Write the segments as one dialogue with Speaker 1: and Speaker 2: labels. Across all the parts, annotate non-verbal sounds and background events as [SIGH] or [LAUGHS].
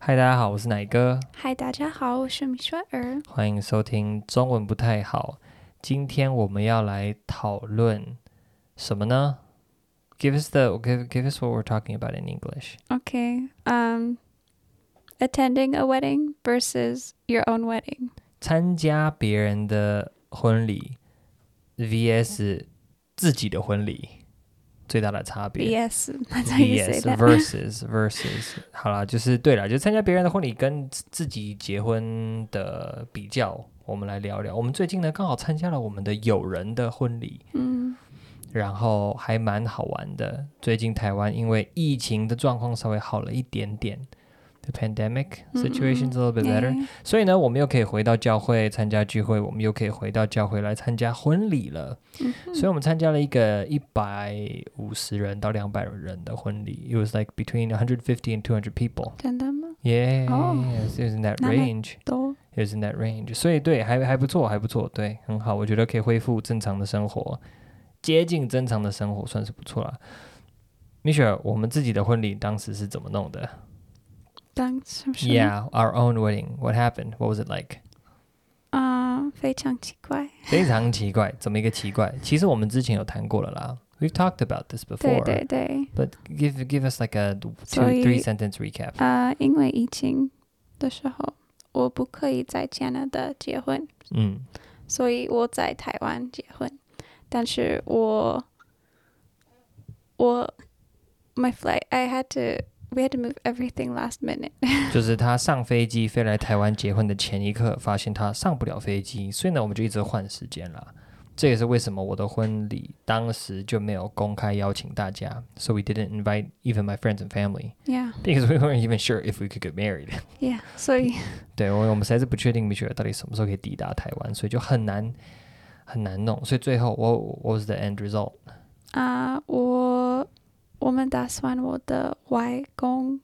Speaker 1: 嗨，大家好，我是奶哥，
Speaker 2: 嗨，大家好，我是米雪儿。
Speaker 1: 欢迎收听中文不太好。今天我们要来讨论什么呢？Give us the give give us what we're talking about in English.
Speaker 2: Okay, um, attending a wedding versus your own wedding.
Speaker 1: 参加别人的婚礼 vs 自己的婚礼最大的差别。
Speaker 2: Yes, that's how you say
Speaker 1: vs
Speaker 2: that.
Speaker 1: versus versus，好 [LAUGHS] 啦，就是对啦，就参加别人的婚礼跟自自己结婚的比较，我们来聊聊。我们最近呢刚好参加了我们的友人的婚礼，
Speaker 2: 嗯
Speaker 1: 然后还蛮好玩的。最近台湾因为疫情的状况稍微好了一点点，the pandemic
Speaker 2: 嗯
Speaker 1: situation's a little bit better，、
Speaker 2: yeah,
Speaker 1: 所以呢，我们又可以回到教会参加聚会，我们又可以回到教会来参加婚礼了。
Speaker 2: 嗯
Speaker 1: 所以我们参加了一个一百五十人到两百人的婚礼。It was like between 150 and 200 people.
Speaker 2: 真的吗？
Speaker 1: Yeah,
Speaker 2: Oh.
Speaker 1: it was in that
Speaker 2: 那么
Speaker 1: range.
Speaker 2: 都
Speaker 1: It was in that range. 所以对，还还不错，还不错，对，很好。我觉得可以恢复正常的生活，接近正常的生活算是不错了。Michelle，我们自己的婚礼当时是怎么弄的
Speaker 2: 当什么什么
Speaker 1: ？Yeah, our own wedding. What happened? What was it like?
Speaker 2: 啊 Uh, 非常奇怪。
Speaker 1: 非常奇怪，怎么一个奇怪？其实我们之前有谈过了啦。We've talked about this
Speaker 2: 对
Speaker 1: before.
Speaker 2: 对对，
Speaker 1: But give give us like a two
Speaker 2: 所以
Speaker 1: three sentence recap.
Speaker 2: 啊、因为疫情的时候，我不可以在加拿大结婚，
Speaker 1: 嗯
Speaker 2: 所以我在台湾结婚，但是我我 my flight I had to we had to move everything last minute [LAUGHS]
Speaker 1: 就是他上飞机飞来台湾结婚的前一刻，发现他上不了飞机，所以呢，我们就一直换时间啦。这也是为什么我的婚礼当时就没有公开邀请大家，so we didn't invite even my friends and family [LAUGHS]
Speaker 2: yeah
Speaker 1: because we weren't even sure if we could get married. [LAUGHS]
Speaker 2: yeah 所以
Speaker 1: 对，我我们实在是不确定米雪儿到底什么时候可以抵达台湾，所以就很难很难弄。所以最后我 what was the end result？
Speaker 2: 啊、Uh, 我我们打算我的外公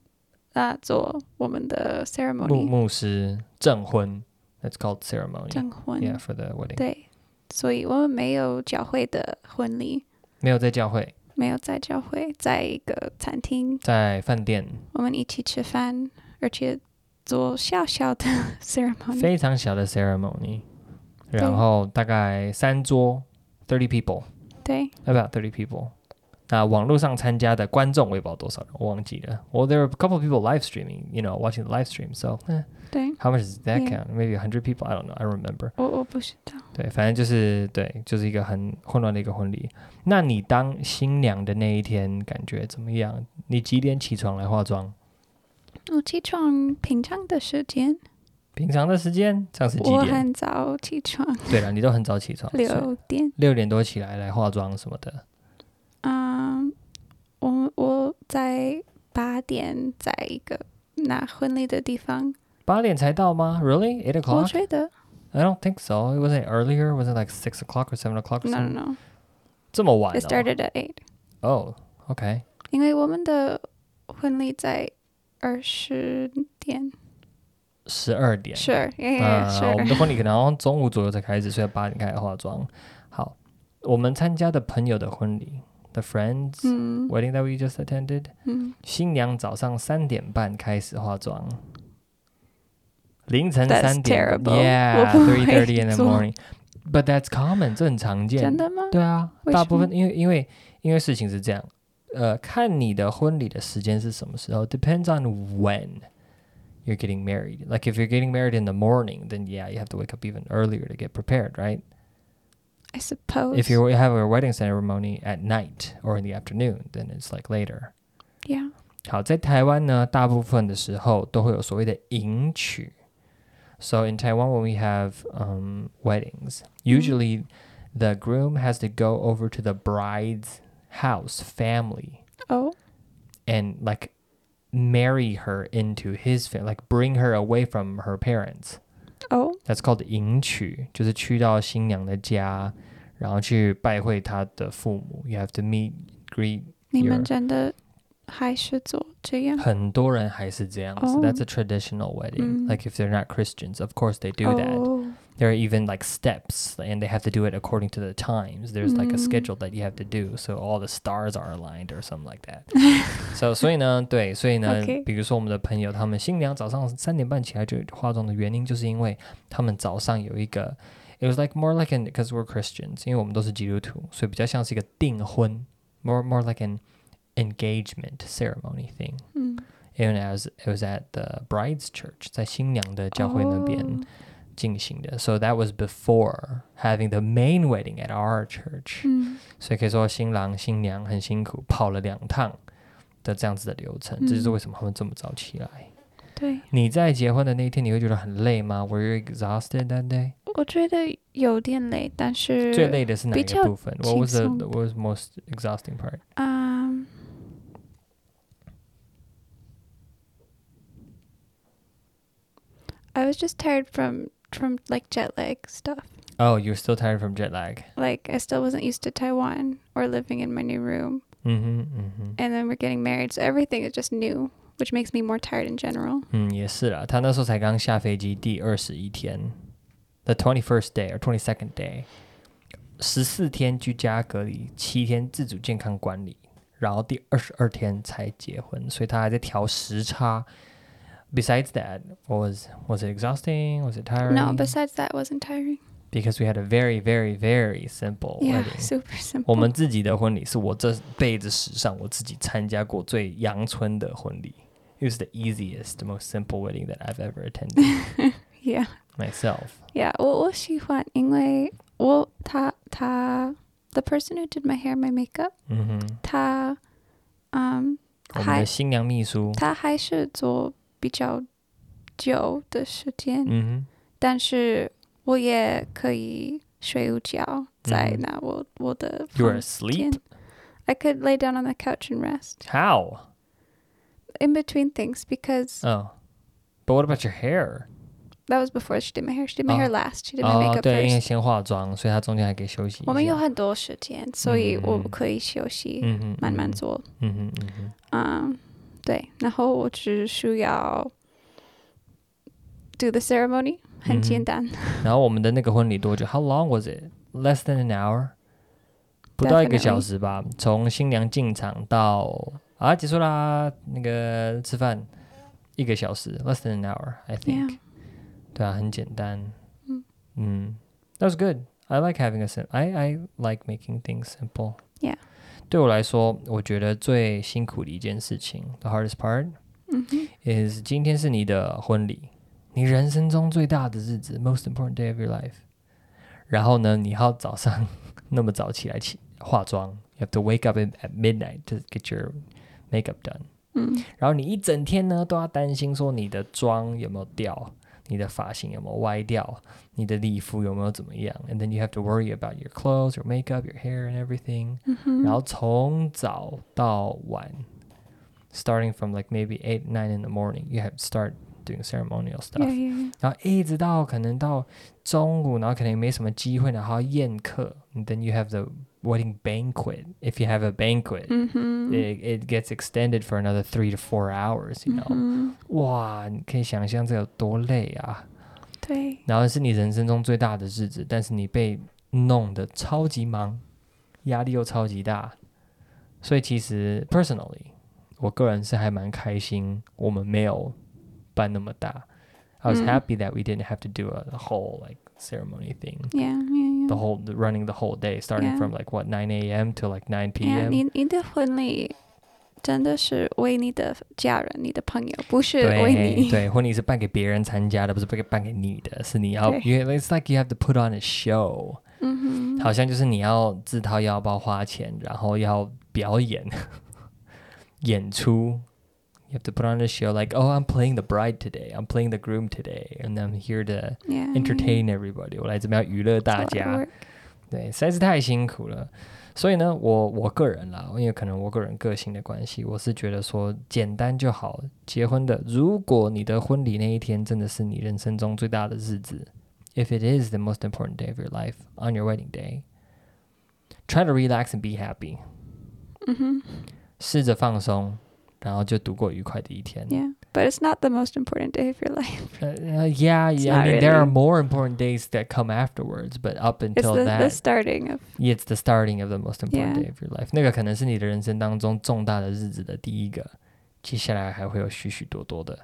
Speaker 2: 啊、做我们的
Speaker 1: 牧
Speaker 2: ceremony
Speaker 1: 牧师证婚，that's called ceremony。
Speaker 2: 证婚
Speaker 1: Yeah, for the wedding.
Speaker 2: 对，所以我们没有教会的婚礼，
Speaker 1: 没有在教会，
Speaker 2: 没有在教会，在一个餐厅
Speaker 1: 在饭店，
Speaker 2: 我们一起吃饭，而且做小小的 [LAUGHS] ceremony。
Speaker 1: 非常小的 ceremony，
Speaker 2: 哦对
Speaker 1: 然后大概三桌，thirty people，about
Speaker 2: 对
Speaker 1: thirty people。那网络上参加的观众我也不知道多少人，我忘记了。Well, there were a couple of people live streaming, you know, watching the live stream. So, eh,
Speaker 2: 对，
Speaker 1: how much does that
Speaker 2: Yeah.
Speaker 1: count? Maybe a hundred people. I don't know. I don't remember.
Speaker 2: 我我不知道。
Speaker 1: 对，反正就是对，就是一个很混乱的一个婚礼。那你当新娘的那一天感觉怎么样？你几点起床来化妆？
Speaker 2: 我起床平常的时间，
Speaker 1: 平常的时间，这样是几
Speaker 2: 我
Speaker 1: 点？
Speaker 2: 很早起床，
Speaker 1: 对了，你都很早起床，所以
Speaker 2: 六点。
Speaker 1: 六点多起来来化妆什么的，
Speaker 2: 嗯，我我在八点在一个拿婚礼的地方，
Speaker 1: 八点才到吗？Really? Eight
Speaker 2: 我
Speaker 1: o'clock?
Speaker 2: 觉得
Speaker 1: I don't think so. It wasn't earlier. Was it like six o'clock or seven o'clock? Or
Speaker 2: no no
Speaker 1: something?
Speaker 2: no，it
Speaker 1: 这么晚、哦、
Speaker 2: started at eight，
Speaker 1: Oh, okay.
Speaker 2: 因为我们的婚礼在二十点，
Speaker 1: 十二点。
Speaker 2: 是，
Speaker 1: 啊，
Speaker 2: 哎，是
Speaker 1: 我，们的婚礼可能好像中午左右才开始，所以八点开始化妆。好，我们参加的朋友的婚礼，the friends、
Speaker 2: 嗯
Speaker 1: wedding that we just attended，
Speaker 2: 嗯，
Speaker 1: 新娘早上三点半开始化妆，凌晨
Speaker 2: That's
Speaker 1: 三点
Speaker 2: terrible. [LAUGHS] Oh 我不会
Speaker 1: ，yeah，three thirty in the
Speaker 2: 做
Speaker 1: morning。But that's common，这很常见。
Speaker 2: 真的吗？
Speaker 1: 对啊，
Speaker 2: 为
Speaker 1: 大
Speaker 2: 什
Speaker 1: 部分
Speaker 2: 么
Speaker 1: 因为因为因为事情是这样，呃，看你的婚礼的时间是什么时候，depends on when you're getting married. Like if you're getting married in the morning, then yeah, you have to wake up even earlier to get prepared, right?
Speaker 2: I suppose.
Speaker 1: If you have a wedding ceremony at night or in the afternoon, then it's like later.
Speaker 2: yeah.
Speaker 1: 好，在台湾呢，大部分的时候都会有所谓的迎娶。So in Taiwan, when we have um, weddings, usually the groom has to go over to the bride's house family
Speaker 2: Oh.
Speaker 1: and like marry her into his family, like bring her away from her parents.
Speaker 2: Oh.
Speaker 1: That's called 迎娶，就是去到新娘的家，然后去拜会她的父母。You have to meet, greet
Speaker 2: 你
Speaker 1: You're-
Speaker 2: 们真的还是做这样？
Speaker 1: 很多人还是这样子。
Speaker 2: 哦。Mm-hmm.
Speaker 1: That's a traditional wedding.
Speaker 2: 嗯。
Speaker 1: Like if they're not Christians, of course they do that.
Speaker 2: 哦，
Speaker 1: there are even like steps and they have to do it according to the times there's like a
Speaker 2: Mm.
Speaker 1: schedule that you have to do so all the stars are aligned or something like
Speaker 2: [LAUGHS]
Speaker 1: that so 所以呢对所以呢
Speaker 2: Okay.
Speaker 1: 比如说我们的朋友他们新娘早上三点半起来就化妆的原因就是因为他们早上有一个 it was like more like an because we're Christians 因为我们都是基督徒所以比较像是一个订婚 more more like an engagement ceremony thing
Speaker 2: 嗯，
Speaker 1: and as it was at the bride's church 在新娘的教会那边。进行的。So that was before having the main wedding at our church.
Speaker 2: 嗯，
Speaker 1: 所以可以说新郎新娘很辛苦跑了两趟
Speaker 2: 嗯。
Speaker 1: 的这样子的流程，这就是为什么他们这么早起来。你在结婚的那一天，你会觉得很累吗？Were
Speaker 2: 对，
Speaker 1: you exhausted that day?
Speaker 2: 我觉得有点累，但是比较
Speaker 1: 最累的是哪一个部分？What was the
Speaker 2: 轻松的。
Speaker 1: what was most exhausting part?
Speaker 2: 啊、I was just tired from from like jet lag stuff.
Speaker 1: Oh, you were still tired from jet lag.
Speaker 2: Like I still wasn't used to Taiwan or living in my new room,
Speaker 1: 嗯哼，嗯哼。
Speaker 2: and then we're getting married, so everything is just new, which makes me more tired in general.
Speaker 1: 嗯，也是啦，他那时候才刚下飞机第二十一天，the twenty first day or twenty second day，十四天居家隔离，七天自主健康管理，然后第二十二天才结婚，所以他还在调时差。Besides that, what was was it exhausting? Was it tiring?
Speaker 2: No, besides that, it wasn't tiring.
Speaker 1: because we had a very, very, very simple
Speaker 2: yeah,
Speaker 1: wedding.
Speaker 2: [LAUGHS] super simple.
Speaker 1: 我们自己的婚礼是我这辈子史上我自己参加过最阳春的婚礼。It was the easiest, most simple wedding that I've ever attended.
Speaker 2: [LAUGHS] yeah.
Speaker 1: myself.
Speaker 2: Yeah, 我我喜欢，因为我他他 the person who did my hair, my makeup, um,
Speaker 1: 嗯哼，
Speaker 2: 他嗯
Speaker 1: 我们
Speaker 2: 还
Speaker 1: 的新娘秘书，
Speaker 2: 他还是做比较久的时间，
Speaker 1: 嗯
Speaker 2: 但是我也可以睡午觉，在那我、我的
Speaker 1: 哼，You're
Speaker 2: 房
Speaker 1: Mm. asleep.
Speaker 2: 间 I could lay down on the couch and rest
Speaker 1: How?
Speaker 2: in between things because
Speaker 1: Oh, but what about your hair?
Speaker 2: that was before she did my hair. She did my
Speaker 1: Oh.
Speaker 2: hair last. She did my
Speaker 1: 哦，
Speaker 2: makeup
Speaker 1: 对，因为
Speaker 2: first.
Speaker 1: 先化妆，所以她中间还可以休息一下。
Speaker 2: 我们有很多时间，所以我
Speaker 1: 嗯嗯
Speaker 2: 可以休息，
Speaker 1: 嗯哼，
Speaker 2: 慢慢做。
Speaker 1: 嗯哼。嗯哼，嗯哼，
Speaker 2: Um, 对，然后我只需要 do the ceremony 很简单。
Speaker 1: 然后我们的那个婚礼多久？How long was it? Less than an hour，不到一个
Speaker 2: Definitely
Speaker 1: 小时吧。从新娘进场到啊结束啦，那个吃饭一个小时，less than an hour，I think。
Speaker 2: Yeah.
Speaker 1: 对啊，很简单。嗯
Speaker 2: 嗯
Speaker 1: 嗯，That's good. I like having a sim. I I like making things simple.
Speaker 2: Yeah.
Speaker 1: 对我来说，我觉得最辛苦的一件事情，the hardest part
Speaker 2: 嗯哼。
Speaker 1: is 今天是你的婚礼，你人生中最大的日子，most important day of your life。然后呢，你要早上那么早起来起化妆，you have to wake up at at midnight to get your makeup done。然后你一整天呢都要担心说你的妆有没有掉，你的发型有没有歪掉，你的礼服有没有怎么样，and then you have to worry about your clothes, your makeup, your hair and everything、然后从早到晚，starting from like maybe eight nine in the morning, you have to start doing ceremonial stuff。
Speaker 2: Yeah, yeah,
Speaker 1: 然后一直到可能到中午，然后可能也没什么机会，然后宴客，and then you have the wedding banquet if you have a banquet、
Speaker 2: yeah. 嗯哼。
Speaker 1: it, it gets extended for another three to four hours, you know.
Speaker 2: 嗯哼。
Speaker 1: 哇，你可以想象这有多累啊！
Speaker 2: 对。
Speaker 1: 然后是你人生中最大的日子，但是你被弄得超级忙，压力又超级大，所以其实 personally，我个人是还蛮开心，我们没有办那么大。I was
Speaker 2: 嗯
Speaker 1: happy that we didn't have to do a whole like ceremony thing.
Speaker 2: Yeah, yeah,
Speaker 1: The
Speaker 2: yeah.
Speaker 1: whole the, running the whole day, starting
Speaker 2: Yeah.
Speaker 1: from like what 9 a.m. to like 9
Speaker 2: Yeah,
Speaker 1: p.m.
Speaker 2: 你-你的婚礼真的是为你的家人、你的朋友，不是
Speaker 1: 对
Speaker 2: 为你。
Speaker 1: 对，婚礼是办给别人参加的，不是办给办给你的，是你要
Speaker 2: 对
Speaker 1: 因为 it's like you have to put on a show，、
Speaker 2: 嗯哼。
Speaker 1: 好像就是你要自掏腰包花钱，然后要表演 [LAUGHS] 演出。You have to put on a show like, oh, I'm playing the bride today, I'm playing the groom today, and I'm here to
Speaker 2: Yeah, yeah,
Speaker 1: entertain everybody. 我来这边要娱乐
Speaker 2: yeah.
Speaker 1: 大
Speaker 2: It's a lot of
Speaker 1: 家。
Speaker 2: work.
Speaker 1: 对，实在是太辛苦了。所以呢，我我个人啦，因为可能我个人个性的关系，我是觉得说简单就好。结婚的，如果你的婚礼那一天真的是你人生中最大的日子，if it is the most important day of your life on your wedding day, try to relax and be happy，
Speaker 2: 嗯哼。
Speaker 1: 试着放松，然后就度过愉快的一天。
Speaker 2: Yeah. but it's not the most important day of your life.
Speaker 1: Uh, uh, yeah, yeah. I
Speaker 2: not
Speaker 1: mean, there are
Speaker 2: really.
Speaker 1: more important days that come afterwards, but up
Speaker 2: It's
Speaker 1: until
Speaker 2: the,
Speaker 1: that,
Speaker 2: the starting of
Speaker 1: Yeah, It's the starting of the most important
Speaker 2: Yeah.
Speaker 1: day of your life. 那个可能是你的人生当中重大的日子的第一个，接下来还会有许许多多的。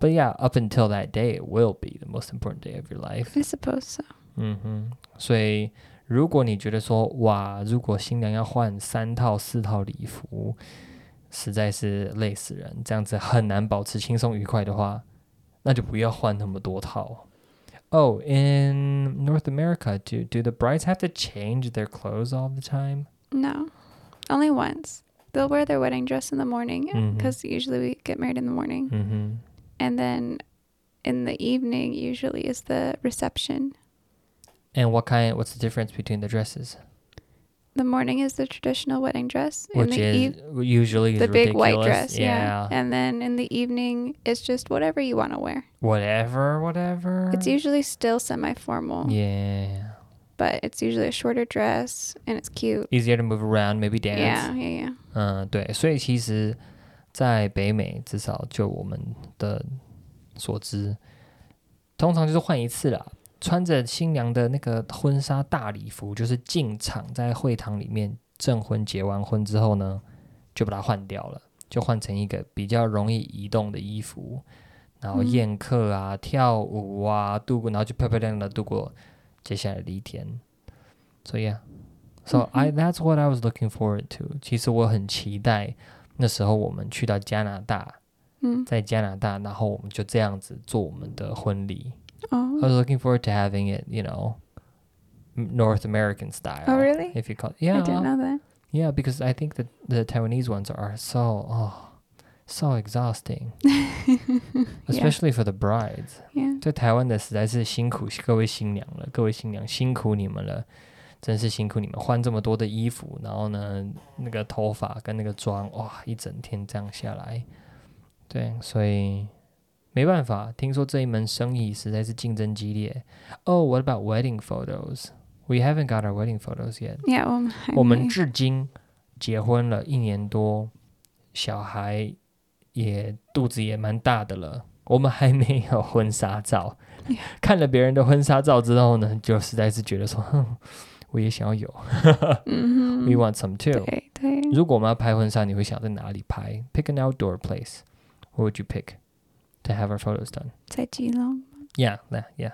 Speaker 1: But yeah, up until that day, it will be the most important day of your life.
Speaker 2: I suppose so.
Speaker 1: 嗯哼，所以如果你觉得说，哇，如果新娘要换三套、四套礼服，实在是累死人，这样子很难保持轻松愉快的话，那就不要换那么多套。Oh, in North America, do do the brides have to change their clothes all the time?
Speaker 2: No, only once. They'll wear their wedding dress in the morning
Speaker 1: Mhm.
Speaker 2: because usually we get married in the morning,
Speaker 1: 嗯哼，
Speaker 2: and then in the evening usually is the reception.
Speaker 1: And what kind? What's the difference between the dresses?
Speaker 2: The morning is the traditional wedding dress, and
Speaker 1: Which
Speaker 2: the
Speaker 1: is
Speaker 2: eve-
Speaker 1: usually is
Speaker 2: the big white
Speaker 1: ridiculous.
Speaker 2: dress.
Speaker 1: Yeah.
Speaker 2: Yeah. and then in the evening it's just whatever you want to wear.
Speaker 1: Whatever, whatever.
Speaker 2: It's usually still semi-formal,
Speaker 1: Mm. Yeah.
Speaker 2: but it's usually a shorter dress and it's cute.
Speaker 1: Easier to move around, maybe dance.
Speaker 2: Yeah, yeah, yeah.
Speaker 1: 嗯，对，所以其实，在北美，至少就我们的所知，通常就是换一次啦。穿着新娘的那个婚纱大礼服，就是进场在会堂里面证婚结完婚之后呢，就把它换掉了，就换成一个比较容易移动的衣服，然后
Speaker 2: 嗯
Speaker 1: 宴客啊、跳舞啊、度过，然后就漂漂亮亮的度过接下来的一天。So yeah, so
Speaker 2: Mm-hmm.
Speaker 1: I that's what I was looking forward to. 其实我很期待那时候我们去到加拿大，
Speaker 2: Mm.
Speaker 1: 在加拿大，然后我们就这样子做我们的婚礼。I
Speaker 2: Oh,
Speaker 1: was looking forward to having it, you know, North American style.
Speaker 2: Oh, really?
Speaker 1: If you call it,
Speaker 2: I didn't
Speaker 1: yeah,
Speaker 2: know that.
Speaker 1: yeah, because I think that the Taiwanese ones are so oh, so
Speaker 2: [LAUGHS]
Speaker 1: exhausting, especially for the brides.
Speaker 2: Yeah.
Speaker 1: 在台湾的实在是辛苦各位新娘了，各位新娘辛苦你们了，真是辛苦你们换这么多的衣服，然后呢，那个头发跟那个妆，哇，一整天这样下来，对，所以没办法，听说这一门生意实在是竞争激烈。Oh, what about wedding photos? We haven't got our wedding photos yet.
Speaker 2: Yeah, well, I
Speaker 1: 我们
Speaker 2: may-
Speaker 1: 至今结婚了一年多，小孩也肚子也蛮大的了，我们还没有婚纱
Speaker 2: [LAUGHS]
Speaker 1: 照
Speaker 2: Yeah.。
Speaker 1: 看了别人的婚纱照之后呢，就实在是觉得说，哼，我也想要有。
Speaker 2: Mhm.
Speaker 1: We want some too。
Speaker 2: 对对，
Speaker 1: 如果我们要拍婚纱，你会想在哪里拍？Pick an outdoor place. What would you pick to have our photos done?
Speaker 2: 在基隆
Speaker 1: Yeah, yeah, yeah.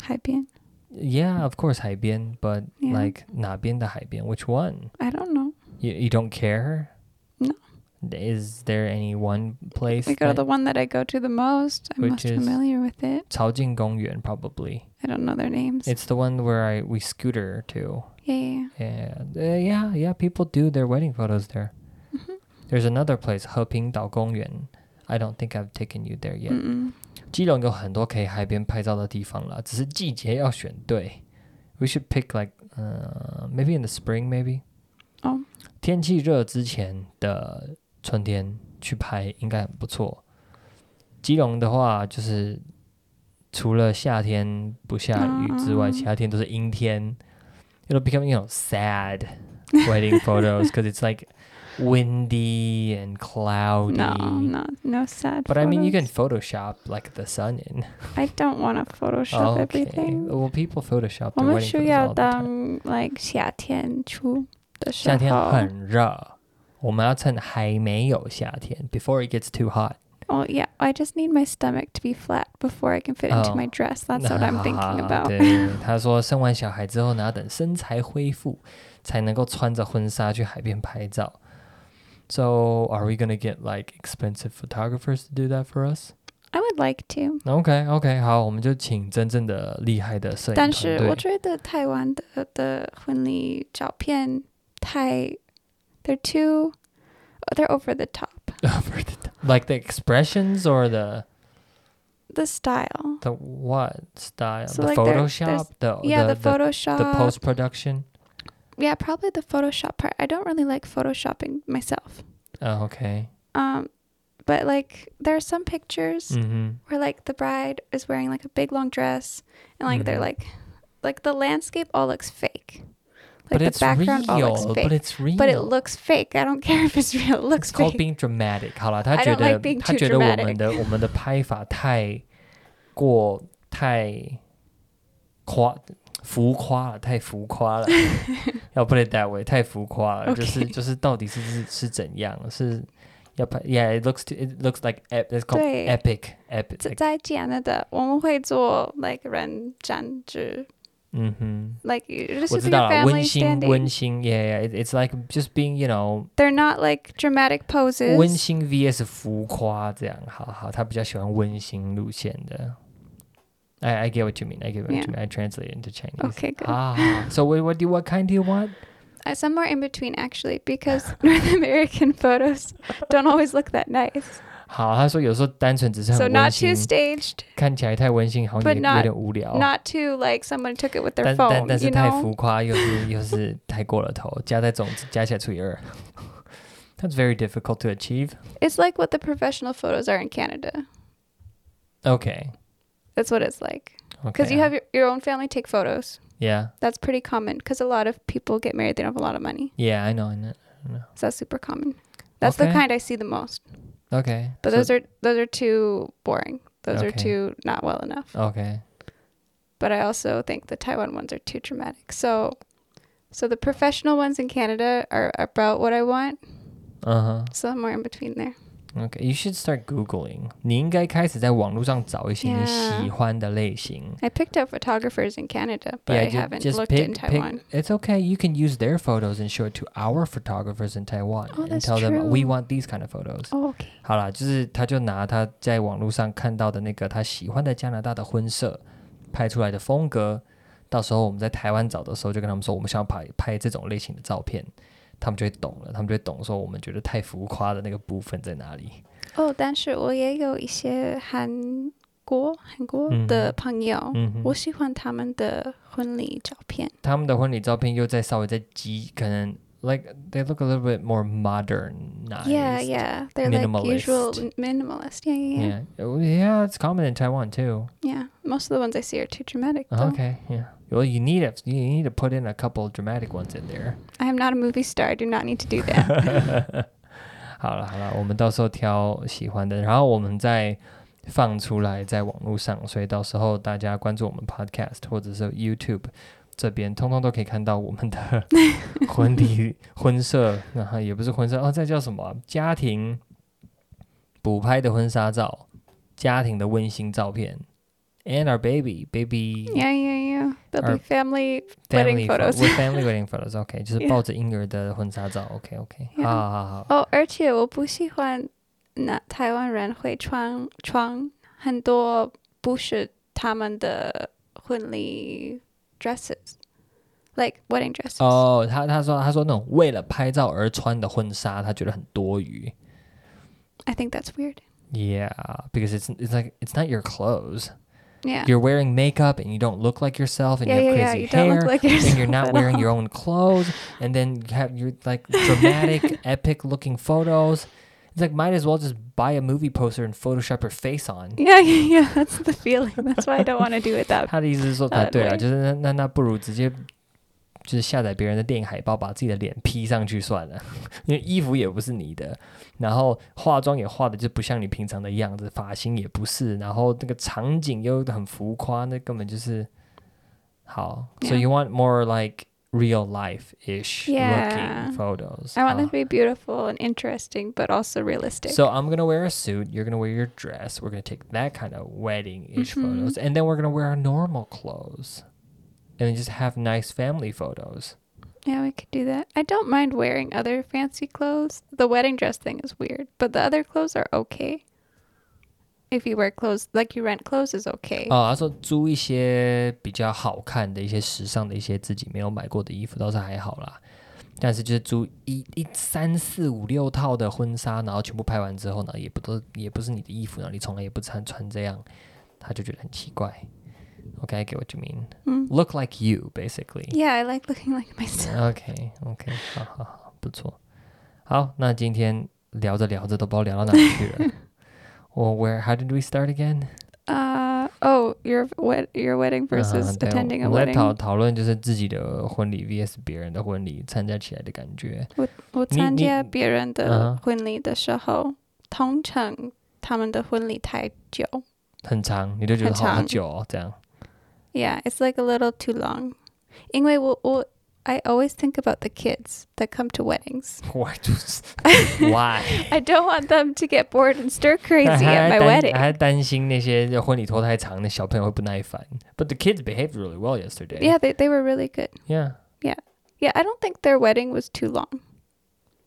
Speaker 2: 海边
Speaker 1: Yeah, of course, 海边，but
Speaker 2: Yeah.
Speaker 1: like 哪边的海边？Which one?
Speaker 2: ，I don't know.
Speaker 1: You, you don't care?
Speaker 2: No.
Speaker 1: Is there any one place?
Speaker 2: I go to
Speaker 1: that-
Speaker 2: the one that I go to the most. I'm
Speaker 1: Which
Speaker 2: most
Speaker 1: is-
Speaker 2: familiar with it.
Speaker 1: 朝近公园, probably.
Speaker 2: I don't know their names.
Speaker 1: It's the one where I we scooter to.
Speaker 2: yeah, yeah,
Speaker 1: And uh, yeah, yeah, people do their wedding photos there.
Speaker 2: yeah. Mhm.
Speaker 1: There's another place, 和平岛公园. I don't think I've taken you there yet.
Speaker 2: Mm-mm.
Speaker 1: 基隆有很多可以海边拍照的地方啦，只是季节要选对。We should pick like uh maybe in the spring maybe.
Speaker 2: 哦。
Speaker 1: 天气热之前的春天去拍应该很不错。基隆的话就是除了夏天不下雨，
Speaker 2: 哦。
Speaker 1: 其他天都是阴天。It'll become you know sad
Speaker 2: [LAUGHS]
Speaker 1: wedding photos because it's like windy and cloudy.
Speaker 2: No, no, no sad.
Speaker 1: But I mean, you can
Speaker 2: photos.
Speaker 1: Photoshop like the sun in.
Speaker 2: I don't want to Photoshop everything.
Speaker 1: Well, people Photoshop
Speaker 2: 我
Speaker 1: their
Speaker 2: 们
Speaker 1: Oh, wedding
Speaker 2: 需
Speaker 1: photos
Speaker 2: 要
Speaker 1: all the time.
Speaker 2: 当 um, like 夏天出的时候。
Speaker 1: 夏天很热，我们要趁还没有夏天，before it gets too hot。
Speaker 2: Oh yeah, I just need my stomach to be flat before I can fit into
Speaker 1: Oh.
Speaker 2: my dress. That's what
Speaker 1: [LAUGHS]
Speaker 2: I'm thinking
Speaker 1: 对
Speaker 2: about.
Speaker 1: 他说生完小孩之后呢，要等身材恢复，才能够穿着婚纱去海边拍照。So are we gonna get like expensive photographers to do that for us?
Speaker 2: I would like to.
Speaker 1: OK OK，好，我们就请真正的厉害的摄影
Speaker 2: 但
Speaker 1: 团
Speaker 2: 是
Speaker 1: 队。
Speaker 2: 我觉得台湾的的婚礼照片太，they're too they're over the top.
Speaker 1: [LAUGHS] over the top. Like the expressions or the
Speaker 2: The style.
Speaker 1: the what style?
Speaker 2: So,
Speaker 1: the
Speaker 2: like, there- there's-
Speaker 1: Photoshop, the,
Speaker 2: Yeah, the,
Speaker 1: Oh, the, the,
Speaker 2: Photoshop.
Speaker 1: post production.
Speaker 2: Yeah, probably the Photoshop part. I don't really like photoshopping myself.
Speaker 1: Oh, okay.
Speaker 2: Um but like there are some pictures
Speaker 1: Mm-hmm.
Speaker 2: where like the bride is wearing like a big long dress and like they're
Speaker 1: Mhm.
Speaker 2: like like the landscape all looks fake.
Speaker 1: but
Speaker 2: Like
Speaker 1: it's
Speaker 2: the background all looks
Speaker 1: real.
Speaker 2: fake.
Speaker 1: But it's real.
Speaker 2: But it looks fake. I don't [LAUGHS] care if it's real. It looks
Speaker 1: It's called
Speaker 2: fake.
Speaker 1: being dramatic.
Speaker 2: I don't like being
Speaker 1: 好了，他觉得、like、他觉
Speaker 2: too [LAUGHS] [LAUGHS]
Speaker 1: 得我们的拍法太过太夸浮夸了，太浮夸了。要 put it that way，太浮夸了就是就是到底是是是怎样，是要拍，yeah it looks to, it looks like ep, it's called
Speaker 2: 对。
Speaker 1: epic epic
Speaker 2: 这
Speaker 1: like-
Speaker 2: 在吉安那的，我们会做 like 人展示
Speaker 1: 嗯哼，
Speaker 2: ，like just with
Speaker 1: 我
Speaker 2: your family
Speaker 1: 知道了，温馨
Speaker 2: standing.
Speaker 1: 温馨，yeah yeah it, it's like just being you know
Speaker 2: They're not like dramatic poses.
Speaker 1: 温馨 VS 浮夸这样，好好，他比较喜欢温馨路线的。I I get what you mean. I get what you
Speaker 2: Yeah.
Speaker 1: mean. I translate it into Chinese.
Speaker 2: Okay, good.
Speaker 1: 啊 so what what do you, what kind do you want?
Speaker 2: Uh, somewhere in between actually, because [LAUGHS] North American photos don't always look that nice.
Speaker 1: 好，他说有时候单纯只是
Speaker 2: So
Speaker 1: [LAUGHS] 很温
Speaker 2: not too
Speaker 1: 馨，
Speaker 2: staged,
Speaker 1: 看起来太温馨，好像
Speaker 2: But
Speaker 1: 有
Speaker 2: not-
Speaker 1: 有点无聊。
Speaker 2: not too like someone took it with their
Speaker 1: 但但
Speaker 2: phone.
Speaker 1: 但
Speaker 2: You
Speaker 1: 是太
Speaker 2: know.
Speaker 1: 浮夸，又是 [LAUGHS] 又是太过了头，加在总值加起来除以二。That's very difficult to achieve.
Speaker 2: It's like what the professional photos are in Canada.
Speaker 1: Okay.
Speaker 2: That's what it's like.
Speaker 1: Okay.
Speaker 2: Because you have your, your own family take photos.
Speaker 1: yeah.
Speaker 2: That's pretty common because a lot of people get married, they don't have a lot of money.
Speaker 1: Yeah, I know. I know.
Speaker 2: So that's super common. That's
Speaker 1: Okay.
Speaker 2: the kind I see the most.
Speaker 1: Okay.
Speaker 2: But
Speaker 1: so-
Speaker 2: those are those are too boring. Those are
Speaker 1: Okay.
Speaker 2: too not well enough.
Speaker 1: okay.
Speaker 2: But I also think the Taiwan ones are too dramatic. So so the professional ones in Canada are about what I want.
Speaker 1: Uh huh.
Speaker 2: Somewhere in between there.
Speaker 1: Okay, you should start googling. 你应该开始在网络上找一些你
Speaker 2: Yeah.
Speaker 1: 喜欢的类型。
Speaker 2: I picked up photographers in Canada, but I
Speaker 1: ju-
Speaker 2: haven't looked
Speaker 1: pick,
Speaker 2: in Taiwan.
Speaker 1: pick. It's okay. You can use their photos and show it to our photographers in Taiwan
Speaker 2: Oh,
Speaker 1: and
Speaker 2: that's
Speaker 1: tell them
Speaker 2: true.
Speaker 1: we want these kind of photos.
Speaker 2: Oh, okay.
Speaker 1: 好啦，就是他就拿他在网络上看到的那个他喜欢的加拿大的婚摄拍出来的风格，到时候我们在台湾找的时候，就跟他们说我们想要拍拍这种类型的照片，他们就会懂了，他们就会懂说我们觉得太浮夸的那个部分在哪里。
Speaker 2: 哦，但是我也有一些韩国韩国
Speaker 1: 嗯
Speaker 2: 的
Speaker 1: 哼
Speaker 2: 朋友，
Speaker 1: 嗯哼
Speaker 2: 我喜欢他们的婚礼照片。
Speaker 1: 他们的婚礼照片又再稍微再激，可能 like they look a little bit more modern.
Speaker 2: Yeah, yeah, they're like usual minimalist. Yeah, yeah, yeah,
Speaker 1: Yeah. Oh, yeah, it's common in Taiwan too.
Speaker 2: yeah. Most of the ones I see are too dramatic. Though.
Speaker 1: Okay. Yeah. Well, you need it. You need to put in a couple dramatic ones in there.
Speaker 2: I am not a movie star. I do not need to
Speaker 1: [LAUGHS]
Speaker 2: do that.
Speaker 1: 好了好了，我们到时候挑喜欢的，然后我们再放出来在网络上，所以到时候大家关注我们 Podcast 或者是 YouTube 这边，通通都可以看到我们
Speaker 2: [LAUGHS]
Speaker 1: 的婚礼婚摄，然后也不是婚摄哦，这叫什么啊、家庭补拍的婚纱照，家庭的温馨照片，and our baby baby
Speaker 2: yeah, yeah, yeah. There'll
Speaker 1: Our
Speaker 2: be family.
Speaker 1: family
Speaker 2: wedding
Speaker 1: photo-
Speaker 2: photos.
Speaker 1: with family wedding photos，OK，、就是
Speaker 2: [LAUGHS] Yeah.
Speaker 1: 抱着婴儿的婚纱照，OK OK，
Speaker 2: Yeah.
Speaker 1: 好好好。
Speaker 2: 哦，Oh, 而且我不喜欢那台湾人会穿穿很多不是他们的婚礼 dresses, like wedding dresses.
Speaker 1: 哦，他他说他说那种为了拍照而穿的婚纱，他觉得很多余。
Speaker 2: I think that's weird.
Speaker 1: Yeah, because it's it's like it's not your clothes.
Speaker 2: Yeah.
Speaker 1: You're wearing makeup and you don't look like yourself, and
Speaker 2: yeah,
Speaker 1: you
Speaker 2: yeah,
Speaker 1: have
Speaker 2: yeah.
Speaker 1: crazy
Speaker 2: You
Speaker 1: hair,
Speaker 2: don't look like
Speaker 1: [LAUGHS]
Speaker 2: yourself.
Speaker 1: and you're not
Speaker 2: at
Speaker 1: wearing
Speaker 2: all.
Speaker 1: your own clothes, and then you have your like dramatic,
Speaker 2: [LAUGHS]
Speaker 1: epic looking photos. It's like might as well just buy a movie poster and Photoshop your face on.
Speaker 2: [LAUGHS] Yeah, yeah, yeah. That's the feeling. That's why I don't want to do it that.
Speaker 1: 他的意思是说，
Speaker 2: 呃
Speaker 1: 啊，对啊，
Speaker 2: 对
Speaker 1: 就是那那那不如直接就是下载别人的电影海报，把自己的脸 P 上去算了， [LAUGHS] 因为衣服也不是你的，然后化妆也化的就不像你平常的样子，发型也不是，然后那个场景又很浮夸，那根本就是好。So
Speaker 2: Yeah.
Speaker 1: you want more like real life ish
Speaker 2: Yeah.
Speaker 1: looking photos?
Speaker 2: I want them
Speaker 1: 啊
Speaker 2: to be beautiful and interesting, but also realistic.
Speaker 1: Oh. So I'm gonna wear a suit. You're gonna wear your dress. We're gonna take that kind of wedding-ish
Speaker 2: Mhm.
Speaker 1: photos, and then we're gonna wear our normal clothes, and then just have nice family photos.
Speaker 2: yeah, we could do that. I don't mind wearing other fancy clothes. The wedding dress thing is weird, but the other clothes are okay. If you wear clothes, like you rent clothes, is okay.
Speaker 1: 啊，他说 Oh, 租一些比较好看的一些时尚的一些自己没有买过的衣服倒是还好啦，但是就是租一一三四五六套的婚纱，然后全部拍完之后呢，也不都也不是你的衣服，然后你从来也不穿穿这样，他就觉得很奇怪。Okay, I get what you mean.
Speaker 2: 嗯
Speaker 1: Look like you, basically.
Speaker 2: Mm. yeah, I like looking like [LAUGHS] myself.
Speaker 1: OK OK，好好好，不错。好，那今天
Speaker 2: [LAUGHS]
Speaker 1: 聊着聊着都不知道聊到哪里去了。我 Where How did we start again？
Speaker 2: Uh, oh your wed your
Speaker 1: uh,
Speaker 2: wedding versus
Speaker 1: 嗯对
Speaker 2: attending
Speaker 1: 我
Speaker 2: a
Speaker 1: 们在
Speaker 2: wedding.
Speaker 1: 讨讨论就是自己的婚礼 vs 别人的婚礼参加起来的感觉。
Speaker 2: 我
Speaker 1: 你
Speaker 2: 参
Speaker 1: 你
Speaker 2: 加别人
Speaker 1: 嗯
Speaker 2: 的婚礼的时候，通常他们的婚礼太久。
Speaker 1: 很长，你就觉得
Speaker 2: 很
Speaker 1: 好好
Speaker 2: 长
Speaker 1: 久哦，这样。 [LAUGHS]
Speaker 2: Yeah, it's like a little too long. 因为我我 I always think about the kids that come
Speaker 1: [LAUGHS]
Speaker 2: to weddings.
Speaker 1: Why?
Speaker 2: [LAUGHS]
Speaker 1: Why?
Speaker 2: I don't want them to get bored and stir crazy
Speaker 1: 还
Speaker 2: at
Speaker 1: 还
Speaker 2: my
Speaker 1: 担
Speaker 2: wedding.
Speaker 1: 还担心那些婚礼拖太长的小朋友会不耐烦。But the kids behaved really well yesterday.
Speaker 2: Yeah, they they were really good.
Speaker 1: Yeah.
Speaker 2: Yeah, I don't think their wedding was too long.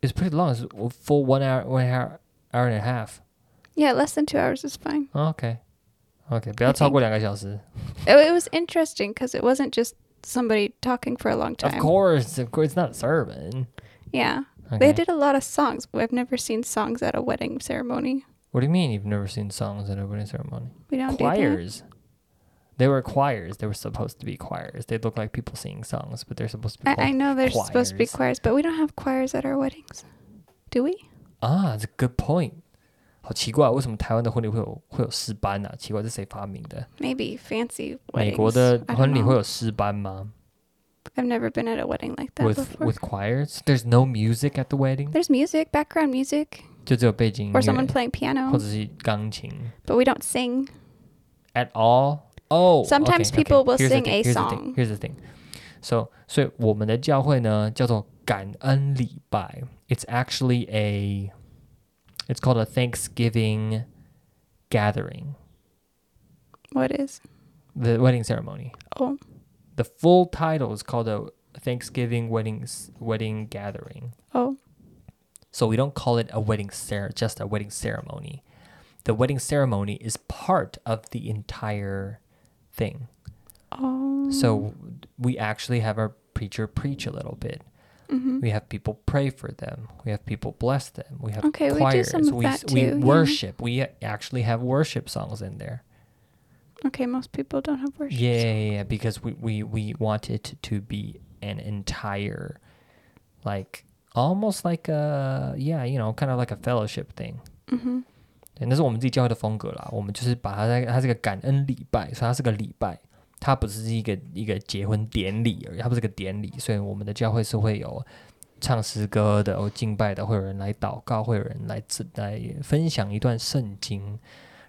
Speaker 1: It's pretty long. It's a full one hour, one hour, hour and a half.
Speaker 2: Yeah, less than two hours is fine.
Speaker 1: Okay. Okay. 不要
Speaker 2: I
Speaker 1: 超过两个小时。
Speaker 2: Oh, It, it was interesting because it wasn't just somebody talking for a long
Speaker 1: Of
Speaker 2: time.
Speaker 1: course, of course, it's not a sermon.
Speaker 2: Yeah,
Speaker 1: Okay.
Speaker 2: they did a lot of songs. I've never seen songs at a wedding ceremony.
Speaker 1: What do you mean you've never seen songs at a wedding ceremony?
Speaker 2: We don't do that.
Speaker 1: choirs. They were choirs. They were supposed to be choirs. They look like people singing songs, but they're supposed to be.
Speaker 2: I, I
Speaker 1: called-
Speaker 2: know there's supposed to be
Speaker 1: choirs.
Speaker 2: choirs, but we don't have choirs at our weddings, do we?
Speaker 1: Ah, that's a good point. 好奇怪，为什么台湾的婚礼会有会有诗班啊？奇怪，这谁发明的？
Speaker 2: Maybe fancy
Speaker 1: 美
Speaker 2: weddings.
Speaker 1: 国的
Speaker 2: I don't
Speaker 1: 婚礼
Speaker 2: know.
Speaker 1: 会有诗班吗
Speaker 2: I've never been at a wedding like that
Speaker 1: ？With
Speaker 2: before.
Speaker 1: with choirs, there's no music at the wedding，
Speaker 2: There's music, background music,
Speaker 1: 就只有背景音
Speaker 2: or someone
Speaker 1: 乐
Speaker 2: playing
Speaker 1: 或
Speaker 2: piano,
Speaker 1: 者是钢琴
Speaker 2: but we don't sing.
Speaker 1: at all. Oh,
Speaker 2: Sometimes
Speaker 1: okay,
Speaker 2: people
Speaker 1: okay.
Speaker 2: will
Speaker 1: Here's the
Speaker 2: sing
Speaker 1: thing,
Speaker 2: a
Speaker 1: here's the
Speaker 2: song.
Speaker 1: thing, Here's the thing. So, 所以我们的教会呢叫做感恩礼拜。It's actually a, it's called a Thanksgiving gathering,
Speaker 2: What is?
Speaker 1: the wedding ceremony.
Speaker 2: Oh,
Speaker 1: The full title is called a Thanksgiving wedding wedding gathering.
Speaker 2: oh,
Speaker 1: So we don't call it a wedding cer just a wedding ceremony. The wedding ceremony is part of the entire thing.
Speaker 2: oh.
Speaker 1: So we actually have our preacher preach a little bit.
Speaker 2: Mm-hmm.
Speaker 1: We have people pray for them. We have people bless them. We have
Speaker 2: Okay, we do
Speaker 1: choirs.
Speaker 2: some of
Speaker 1: we
Speaker 2: that
Speaker 1: we
Speaker 2: too, yeah.
Speaker 1: worship. We actually have worship songs in there.
Speaker 2: Okay, most people don't have worship.
Speaker 1: Yeah, yeah, yeah, because we, we, we want it to be an entire, like, almost like a, yeah, you know, kind of like a fellowship thing.
Speaker 2: 嗯哼，
Speaker 1: 对，那是我们自己教会的风格啦。我们就是把它在它是个感恩礼拜，所以它是个礼拜，它不是一个一个结婚典礼而已，它不是个典礼。所以我们的教会是会有唱诗歌的，有敬拜的，会有人来祷告，会有人来自来分享一段圣经，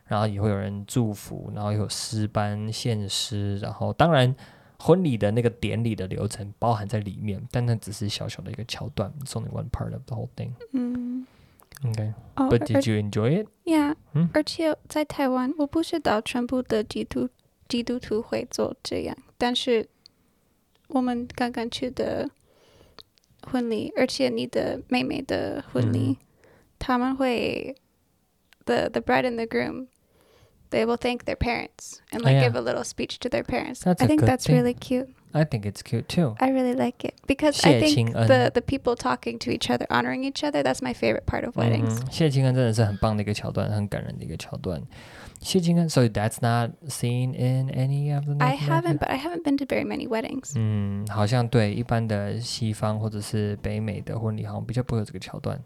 Speaker 1: 然后也会有人祝福，然后也有诗班献诗，然后当然。婚礼的那个典礼的流程包含在里面，但那只是小小的一个桥段，it's only one part of the whole thing.
Speaker 2: 嗯，
Speaker 1: Okay,
Speaker 2: 哦，
Speaker 1: but
Speaker 2: 而
Speaker 1: did you enjoy it?
Speaker 2: 呀，
Speaker 1: 嗯
Speaker 2: 而且在台湾，我不知道全部的基督基督徒会做这样，但是我们刚刚去的婚礼，而且你的妹妹的婚礼，他们会 the the bride and the groom。They will thank their parents and like
Speaker 1: Oh, yeah.
Speaker 2: give a little speech to their parents.
Speaker 1: That's
Speaker 2: I
Speaker 1: a
Speaker 2: think
Speaker 1: good
Speaker 2: that's
Speaker 1: thing.
Speaker 2: really cute.
Speaker 1: I think it's cute too.
Speaker 2: I really like it because I think
Speaker 1: 谢亲恩。
Speaker 2: the the people talking to each other, honoring each other, that's my favorite part of weddings.
Speaker 1: 嗯谢金恩真的是很棒的一个桥段，很感人的一个桥段。谢金恩，so that's not seen in any of the.
Speaker 2: I
Speaker 1: North American-
Speaker 2: haven't, but I haven't been to very many weddings.
Speaker 1: 嗯，好像对一般的西方或者是北美的婚礼，好像比较不会有这个桥段。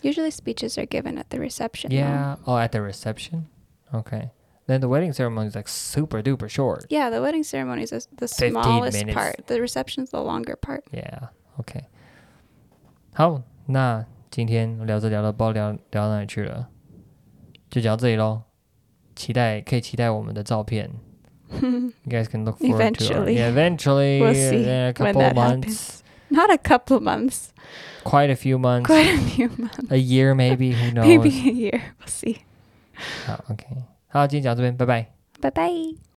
Speaker 2: Usually speeches are given at the reception. though.
Speaker 1: Yeah, oh, at the reception. Okay, then the wedding ceremony is like super duper short.
Speaker 2: Yeah, the wedding ceremony is the
Speaker 1: 15
Speaker 2: smallest
Speaker 1: minutes.
Speaker 2: part. The reception's the longer part. [LAUGHS]
Speaker 1: Yeah, OK. 好，那今天聊着聊着，不知道聊聊到哪里去了，就讲到这里喽。期待可以期待我们的照片。You guys can look forward to our-
Speaker 2: Eventually.
Speaker 1: yeah, eventually
Speaker 2: We'll see
Speaker 1: in a
Speaker 2: when
Speaker 1: couple
Speaker 2: that
Speaker 1: months,
Speaker 2: Not a couple months,
Speaker 1: quite a few months,
Speaker 2: quite a few months,
Speaker 1: a year maybe.
Speaker 2: [LAUGHS]
Speaker 1: Who knows?
Speaker 2: maybe a year. We'll see.
Speaker 1: o k 好，今天讲到这边，拜拜。
Speaker 2: Bye bye.